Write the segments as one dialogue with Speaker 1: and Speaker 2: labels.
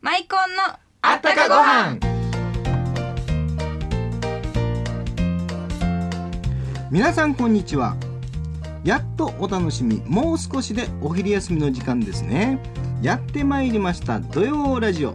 Speaker 1: マイコンの
Speaker 2: あったかご飯
Speaker 3: 皆さんこんにちはやっとお楽しみもう少しでお昼休みの時間ですねやってまいりました土曜ラジオ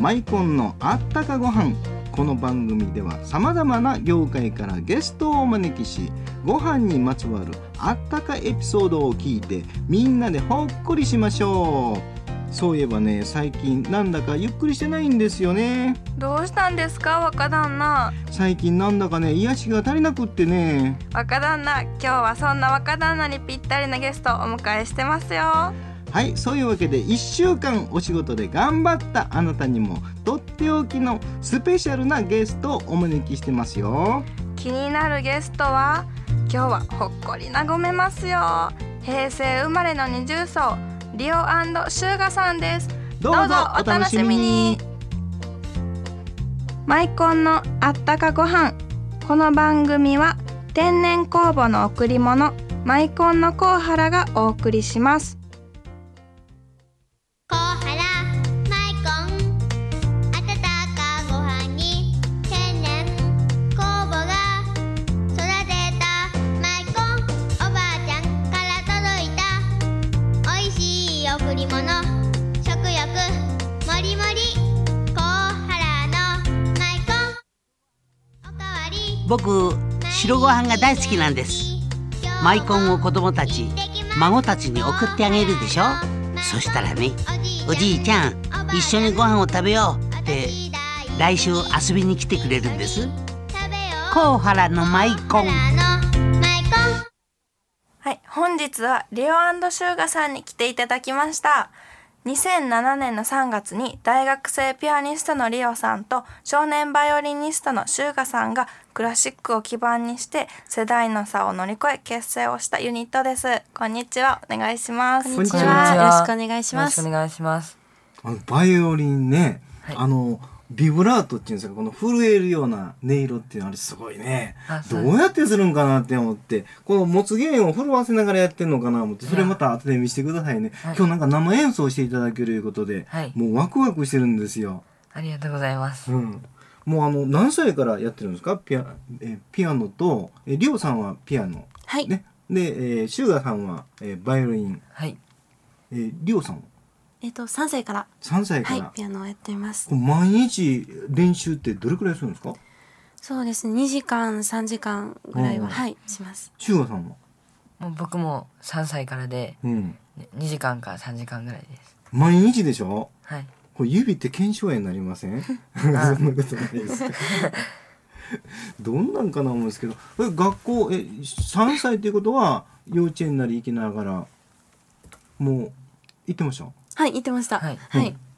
Speaker 3: マイコンのあったかご飯この番組ではさまざまな業界からゲストをお招きしご飯にまつわるあったかエピソードを聞いてみんなでほっこりしましょうそういえばね最近なんだかゆっくりしてないんですよね
Speaker 1: どうしたんですか若旦那
Speaker 3: 最近なんだかね癒しが足りなくってね
Speaker 1: 若旦那今日はそんな若旦那にぴったりなゲストをお迎えしてますよ
Speaker 3: はい、そういうわけで1週間お仕事で頑張ったあなたにもとっておきのスペシャルなゲストをお招きしてますよ
Speaker 1: 気になるゲストは今日はほっこり和めますよ平成生まれの二重奏リオシューガさんです
Speaker 3: どうぞお楽しみに
Speaker 1: マイコンのあったかご飯この番組は天然酵母の贈り物マイコンのコウハラがお送りします
Speaker 4: コハラマイコン温かご飯に天然酵母が育てたマイコンおばあちゃんから届いたおいしい贈り物食欲もりもりコハラのマイコンおかわり
Speaker 2: 僕白ご飯が大好きなんですマイコンを子供たち孫たちに送ってあげるでしょそしたらねおじいちゃん一緒にご飯を食べようって来週遊びに来てくれるんですコウハラのマイコン
Speaker 1: はい、本日はリオシューガさんに来ていただきました。2007年の3月に大学生ピアニストのリオさんと少年バイオリニストのシューガさんがクラシックを基盤にして世代の差を乗り越え結成をしたユニットです。こんにちは、お願いします。
Speaker 3: こんにちは
Speaker 5: こんにちは
Speaker 6: よろしくお願いします
Speaker 5: よろしくお願いします。
Speaker 3: あのバイオリンね、
Speaker 5: はい
Speaker 3: あのビブラートっていうんですかこの震えるような音色っていうのあれすごいね
Speaker 5: あそ
Speaker 3: ど
Speaker 5: う
Speaker 3: うやってするんかなって思ってこの持つ弦を震わせながらやってんのかな思ってそれまた後で見せてくださいね、
Speaker 5: はい
Speaker 3: 今日なんか生演奏していただけるということで、
Speaker 5: はい
Speaker 3: もうワクワクしてるんですよ
Speaker 5: ありがとうございます。
Speaker 3: うん、もうあの何歳からやってるんですかピアえーピアノとえーリオさんはピアノ、
Speaker 6: はい、
Speaker 3: ね、で、えーシューガさんは、えーバイオリン、
Speaker 5: はい。
Speaker 3: えーリオさんは
Speaker 6: えっと3歳から
Speaker 3: 3歳から、
Speaker 6: はいピアノをやっています
Speaker 3: こう毎日練習ってどれくらいするんですか
Speaker 6: そうですね2時間3時間ぐらいは、
Speaker 3: うん
Speaker 6: はいします
Speaker 3: シューガさんは、
Speaker 5: もう僕も3歳からで、
Speaker 3: うん、
Speaker 5: ね2時間から3時間ぐらいです。
Speaker 3: 毎日でしょ
Speaker 5: はい。
Speaker 3: これ指って腱鞘炎になりません そんなことないです かどんなんかな思うんですけどこれ学校え3歳っていうことは幼稚園なり行きながらもう行ってました
Speaker 6: はい行ってました
Speaker 5: はい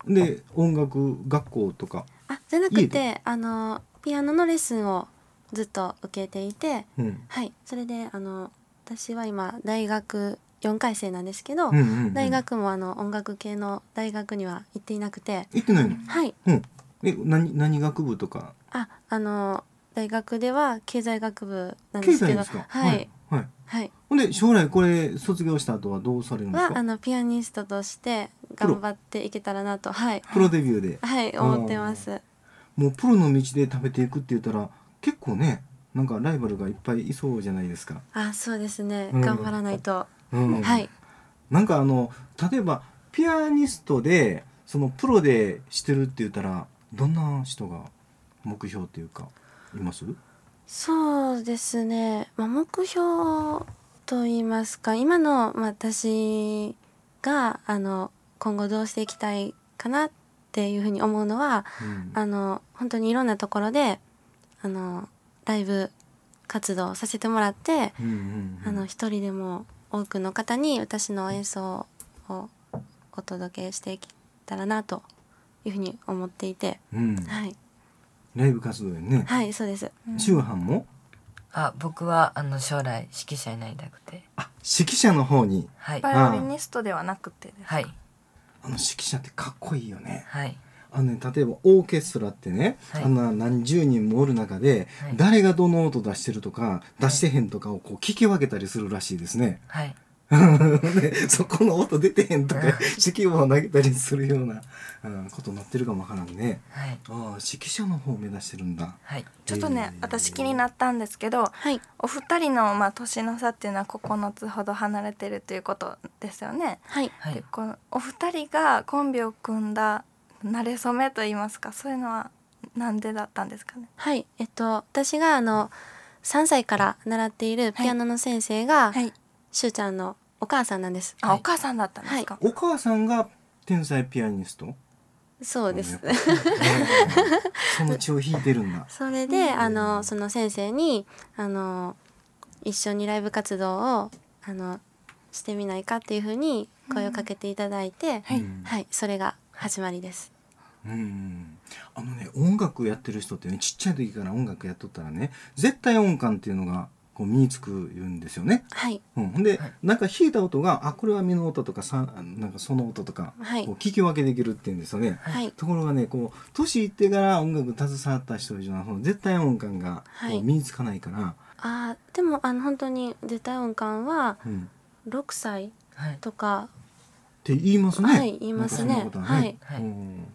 Speaker 3: うんで音楽学校とか、
Speaker 6: あじゃな
Speaker 3: 家
Speaker 6: く
Speaker 3: で
Speaker 6: てあのピアノのレッスンをずっと受けていて
Speaker 3: うん
Speaker 6: はいそれであの私は今大学4回生なんですけど、
Speaker 3: うんうんうん
Speaker 6: 大学もあの音楽系の大学には行っていなくて
Speaker 3: 行ってないの、
Speaker 6: はい
Speaker 3: うん、え何何学部とか
Speaker 6: ああの大学では経済学部なんで
Speaker 3: 経
Speaker 6: す
Speaker 3: 済
Speaker 6: けど
Speaker 3: ですか
Speaker 6: はい、
Speaker 3: はい、はい
Speaker 6: はい、
Speaker 3: ほんで将来これ卒業した後はどうされるんです
Speaker 6: はあ
Speaker 3: か
Speaker 6: のピアニストとして
Speaker 3: プロ
Speaker 6: 頑張っていけたらなとはい
Speaker 3: プロデビューで
Speaker 6: はい
Speaker 3: あー
Speaker 6: 思ってます
Speaker 3: もうプロの道で食べていくって言ったら結構ねなんかライバルがいっぱいいそうじゃないですか、
Speaker 6: あそうですね、
Speaker 3: うん
Speaker 6: 頑張らないと、
Speaker 3: うん
Speaker 6: はい
Speaker 3: なんかあの例えばピアニストでそのプロでしてるって言ったらどんな人が目標っていうかいます
Speaker 6: そうですね、まあ、目標と言いますか今のまあ私があの今後どうしていきたいかなっていうふうに思うのは
Speaker 3: うん
Speaker 6: あの本当にいろんなところであのライブ活動をさせてもらって、
Speaker 3: うんうんうん
Speaker 6: あの一人でも多くの方に私の演奏をお届けしていけたらなというふうに思っていて、
Speaker 3: うん、
Speaker 6: はい、
Speaker 3: ライブ活動やね。
Speaker 6: はい、そうです。
Speaker 3: 周飯も
Speaker 5: あ、僕は、あの、将来、指揮者になりたくて。
Speaker 3: あ指揮者の方に
Speaker 5: はい。
Speaker 1: バイオリニストではなくてです
Speaker 5: はい。
Speaker 3: あの指揮者ってかっこいいよね。
Speaker 5: はい。
Speaker 3: あのね例えばオーケストラってね、
Speaker 5: はい
Speaker 3: あんな何十人もおる中で、
Speaker 5: はい
Speaker 3: 誰がどの音出してるとか出してへんとかをこう聞き分けたりするらしいですね。
Speaker 5: はい。
Speaker 3: ねそこの音出てへんとか指揮棒を投げたりするような、うん、ことになってるかもわからんね
Speaker 5: はい
Speaker 3: ああ指揮者の方を目指してるんだ
Speaker 5: はい
Speaker 1: ちょっとね、
Speaker 3: えー
Speaker 1: 私気になったんですけど
Speaker 6: はい
Speaker 1: お二人の、まあ、年の差っていうのは9つほど離れてるということですよね。
Speaker 6: はい
Speaker 5: はい
Speaker 1: このお二人がコンビを組んだ慣れ初めと言いますかそういうのはなんでだったんですかね。
Speaker 6: はいえっと私があの3歳から習っているピアノの先生が、
Speaker 1: い、
Speaker 6: しゅうちゃんのお母さんなんです
Speaker 1: あ、
Speaker 5: はい
Speaker 1: お母さんだったんですか。
Speaker 3: お母さんが天才ピアニスト
Speaker 6: そうです
Speaker 3: うん その血を引いてるんだ
Speaker 6: それで、あのその先生にあの一緒にライブ活動をあのしてみないかっていうふうに声をかけていただいて、
Speaker 1: はい
Speaker 3: うん
Speaker 6: はい、それが始まりです。
Speaker 3: うんあのね音楽やってる人ってねちっちゃい時から音楽やっとったらね絶対音感っていうのがこう身につくんですよね。
Speaker 6: はい、
Speaker 3: うん、ほんで、
Speaker 5: はい
Speaker 3: なんか弾いた音があこれは身の音とかさなんかその音とか、
Speaker 6: はい
Speaker 3: こう聞き分けできるっていうんですよね。
Speaker 6: はい、
Speaker 3: ところがねこう年いってから音楽携わった人以上はその絶対音感が
Speaker 6: はい
Speaker 3: こう身につかないから、
Speaker 6: あーでもあの本当に絶対音感は
Speaker 3: うん、っ
Speaker 6: 6歳
Speaker 5: はい
Speaker 6: とか
Speaker 3: て言いますね。
Speaker 6: はい言います
Speaker 3: な
Speaker 6: ね
Speaker 3: んかそんなことはね
Speaker 5: はい
Speaker 3: うん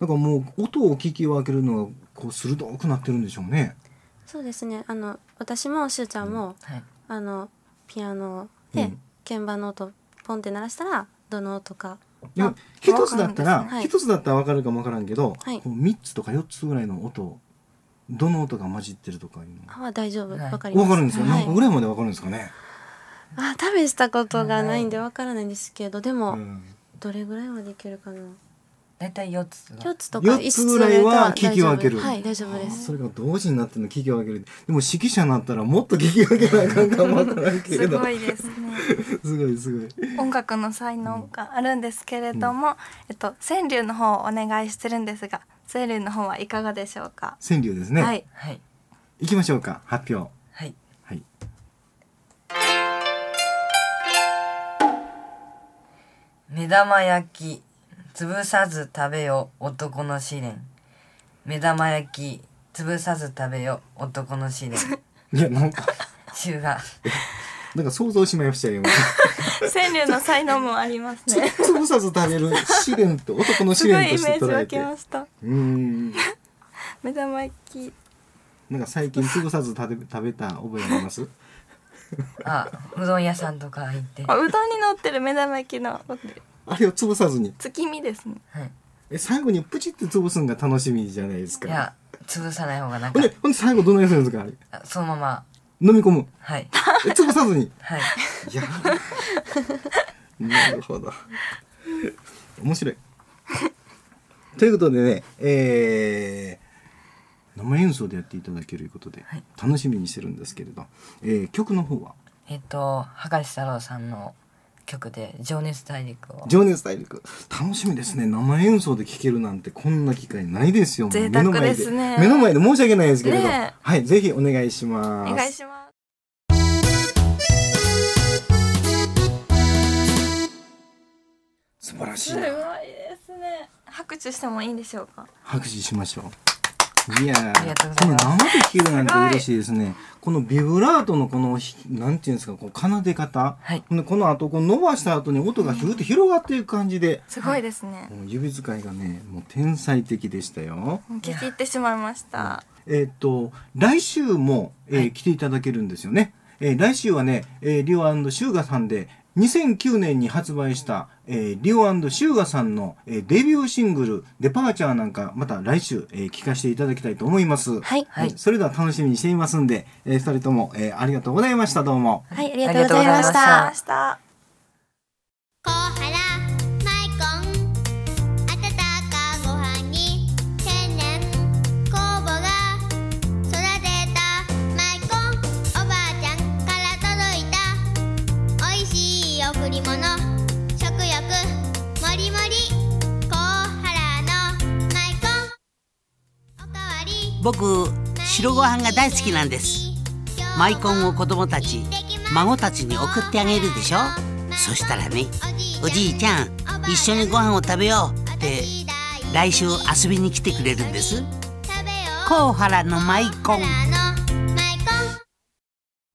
Speaker 3: なんかもう音を聞き分けるのがこう鋭くなってるんでしょうね。
Speaker 6: そうですねあの私もしゅうちゃんも、
Speaker 5: はい
Speaker 6: あのピアノ
Speaker 3: う
Speaker 6: で
Speaker 3: ん
Speaker 6: 鍵盤の音ポンって鳴らしたらどの音か
Speaker 3: でも
Speaker 1: あ
Speaker 3: 一つだった
Speaker 1: わ
Speaker 3: ら
Speaker 6: かるんですねはい
Speaker 3: 一つだったら分かるかも分からんけど、
Speaker 6: はい
Speaker 3: こう3つとか4つぐらいの音どの音が混じってるとかいうの
Speaker 6: あ大丈夫
Speaker 5: はい
Speaker 6: わかります
Speaker 3: 分かるんですよ、
Speaker 6: は
Speaker 3: 何
Speaker 6: い
Speaker 3: 個ぐらいまで分かるんですかね、
Speaker 6: あ試したことがないんでわからないんですけどで
Speaker 3: う
Speaker 6: も
Speaker 3: ん、
Speaker 6: どれぐらいまでいけるかな
Speaker 5: 大体四つが
Speaker 6: 4つとか
Speaker 3: 四つぐらいは聞き分ける
Speaker 6: 一つぐらいだったら大丈夫はい大丈夫で
Speaker 3: そ
Speaker 6: す
Speaker 3: れが同時になってるの聞き分けるでも指揮者になったらもっと聞き分けなあかんかも分からんけれ
Speaker 1: す
Speaker 3: ど
Speaker 1: ごいですね。
Speaker 3: すごいすごい
Speaker 1: 音楽の才能があるんですけれども、えっと川柳の方をお願いしてるんですが、川柳の方はいかがでしょうか。
Speaker 3: 川柳ですね、、
Speaker 1: はいい、
Speaker 5: はい
Speaker 3: きましょうか発表
Speaker 5: はい
Speaker 3: はい
Speaker 5: 目玉焼き潰さず食べよ男の試練目玉焼き潰さず食べよ男の 試練
Speaker 3: いやなんか
Speaker 5: 週が
Speaker 3: なんか想像しまいましたよ今
Speaker 1: 川柳の才能もありますね。
Speaker 3: 潰さず食べる試練って男の
Speaker 1: す
Speaker 3: 試
Speaker 1: ご
Speaker 3: 練
Speaker 1: い
Speaker 3: と
Speaker 1: イ
Speaker 3: して
Speaker 1: メージ
Speaker 3: 捉え
Speaker 1: 湧
Speaker 3: て
Speaker 1: きました。
Speaker 3: うん
Speaker 1: 目玉焼き。
Speaker 3: なんか最近潰さず食べ食べた覚えあります
Speaker 5: あうどん屋さんとか行って
Speaker 1: あうどんに乗ってる目玉焼きの
Speaker 3: あれを潰さずに
Speaker 1: 月見ですね。
Speaker 5: はい
Speaker 3: え最後にプチって潰すのが楽しみじゃないです
Speaker 5: い
Speaker 3: か
Speaker 5: や潰さない方がなん
Speaker 3: ほ
Speaker 5: か
Speaker 3: んでほんで最後どのやつなんですかあれ
Speaker 5: あそのまま
Speaker 3: 飲み込む
Speaker 5: はい
Speaker 3: え潰さずに
Speaker 5: はい
Speaker 3: いやなるほど面白い ということでねえー生演奏でやっていただけるということで、
Speaker 5: はい
Speaker 3: 楽しみにしてるんですけれど、えー曲の方は
Speaker 5: えっと博士太郎さんの曲で「情熱大陸」を
Speaker 3: 「情熱大陸」楽しみですね生演奏で聴けるなんてこんな機会ないですよもう
Speaker 1: 贅沢
Speaker 3: 目の前
Speaker 1: ですね
Speaker 3: 目の前で申し訳ないですけれど、
Speaker 1: ねえ
Speaker 3: はいぜひお願いします
Speaker 1: お願いします。
Speaker 3: 素晴らしい
Speaker 1: すごい
Speaker 3: な
Speaker 1: ですね。拍手してもいいんでしょうか。
Speaker 3: 拍手しましょういやー
Speaker 5: ありがとうございます
Speaker 3: この生で聴けるなんて嬉しいですねこのビブラートのこのひなんていうんですかこう奏で方、
Speaker 5: はい
Speaker 3: ほんでこの後こう伸ばした後に音がヒューって広がっていく感じで、
Speaker 1: すごいですね。
Speaker 3: もう指使いがねもう天才的でしたよ
Speaker 1: もう聞き入ってしまいました。
Speaker 3: えーっと来週も、えー来ていただけるんですよね。えー来週はね、えーリオシューガさんで2009年に発売した、えーリオシューガさんの、えーデビューシングル「デパーチャー」なんかまた来週、えー聞かせていただきたいと思います。
Speaker 6: はい
Speaker 5: はい
Speaker 3: それでは楽しみにしていますんで、え2人とも、えーありがとうございましたどうも。
Speaker 6: はいありがとうござい
Speaker 5: あ
Speaker 6: ま
Speaker 5: りがとうございま
Speaker 6: し
Speaker 5: した
Speaker 6: た
Speaker 1: 明日。
Speaker 4: 小原マイコン温かご飯に天然酵母が育てたマイコンおばあちゃんから届いたおいしい贈り物食欲もりもり小原のマイコンおかわり
Speaker 2: 僕白ご飯が大好きなんですマイコンを子供たち孫たちに送ってあげるでしょそしたらねおじいちゃん一緒にご飯を食べようって来週遊びに来てくれるんです
Speaker 4: 食べよう
Speaker 2: 甲原のマイコン
Speaker 4: 小原のマイコン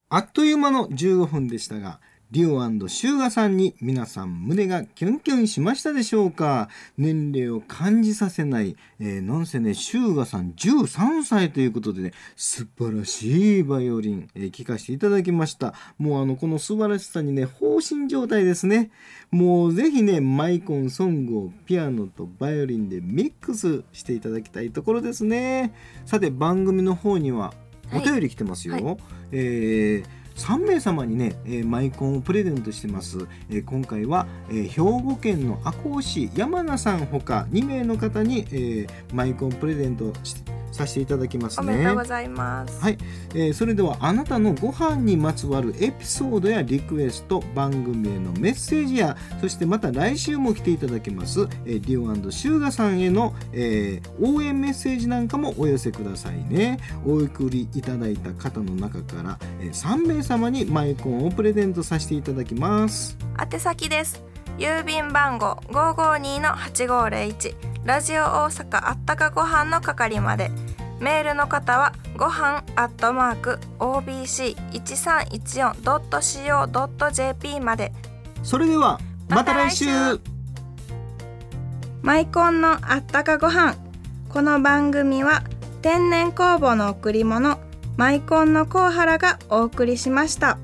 Speaker 3: あっという間の15分でしたが、リオシュウガさんに皆さん胸がキュンキュンしましたでしょうか年齢を感じさせない、えーなんせねシュウガさん13歳ということでね素晴らしいバイオリン、えー聴かせていただきましたもうあのこの素晴らしさにね放心状態ですねもうぜひねマイコンソングをピアノとバイオリンでミックスしていただきたいところですねさて番組の方にはお便り来てますよ、
Speaker 6: はい
Speaker 3: えー3名様にね、えーマイコンをプレゼントしてます、えー今回は、えー兵庫県の赤穂市山名さんほか2名の方に、えーマイコンプレゼントしさせていただきます
Speaker 1: お
Speaker 3: ね
Speaker 1: めでとうございます。
Speaker 3: はいえーそれではあなたのご飯にまつわるエピソードやリクエスト番組へのメッセージやそしてまた来週も来ていただけます、えーリオシューガさんへの、えー応援メッセージなんかもお寄せくださいねお送りいただいた方の中から、え3名様にマイコンをプレゼントさせていただきます
Speaker 1: 宛先です郵便番号552-8501ラジオ大阪あったかご飯の係までメールの方はご飯アットマーク obc1314.co.jp まで
Speaker 3: それではまた来週,、
Speaker 1: また来週マイコンのあったかご飯この番組は天然酵母の贈り物マイコンのコウハラがお送りしました。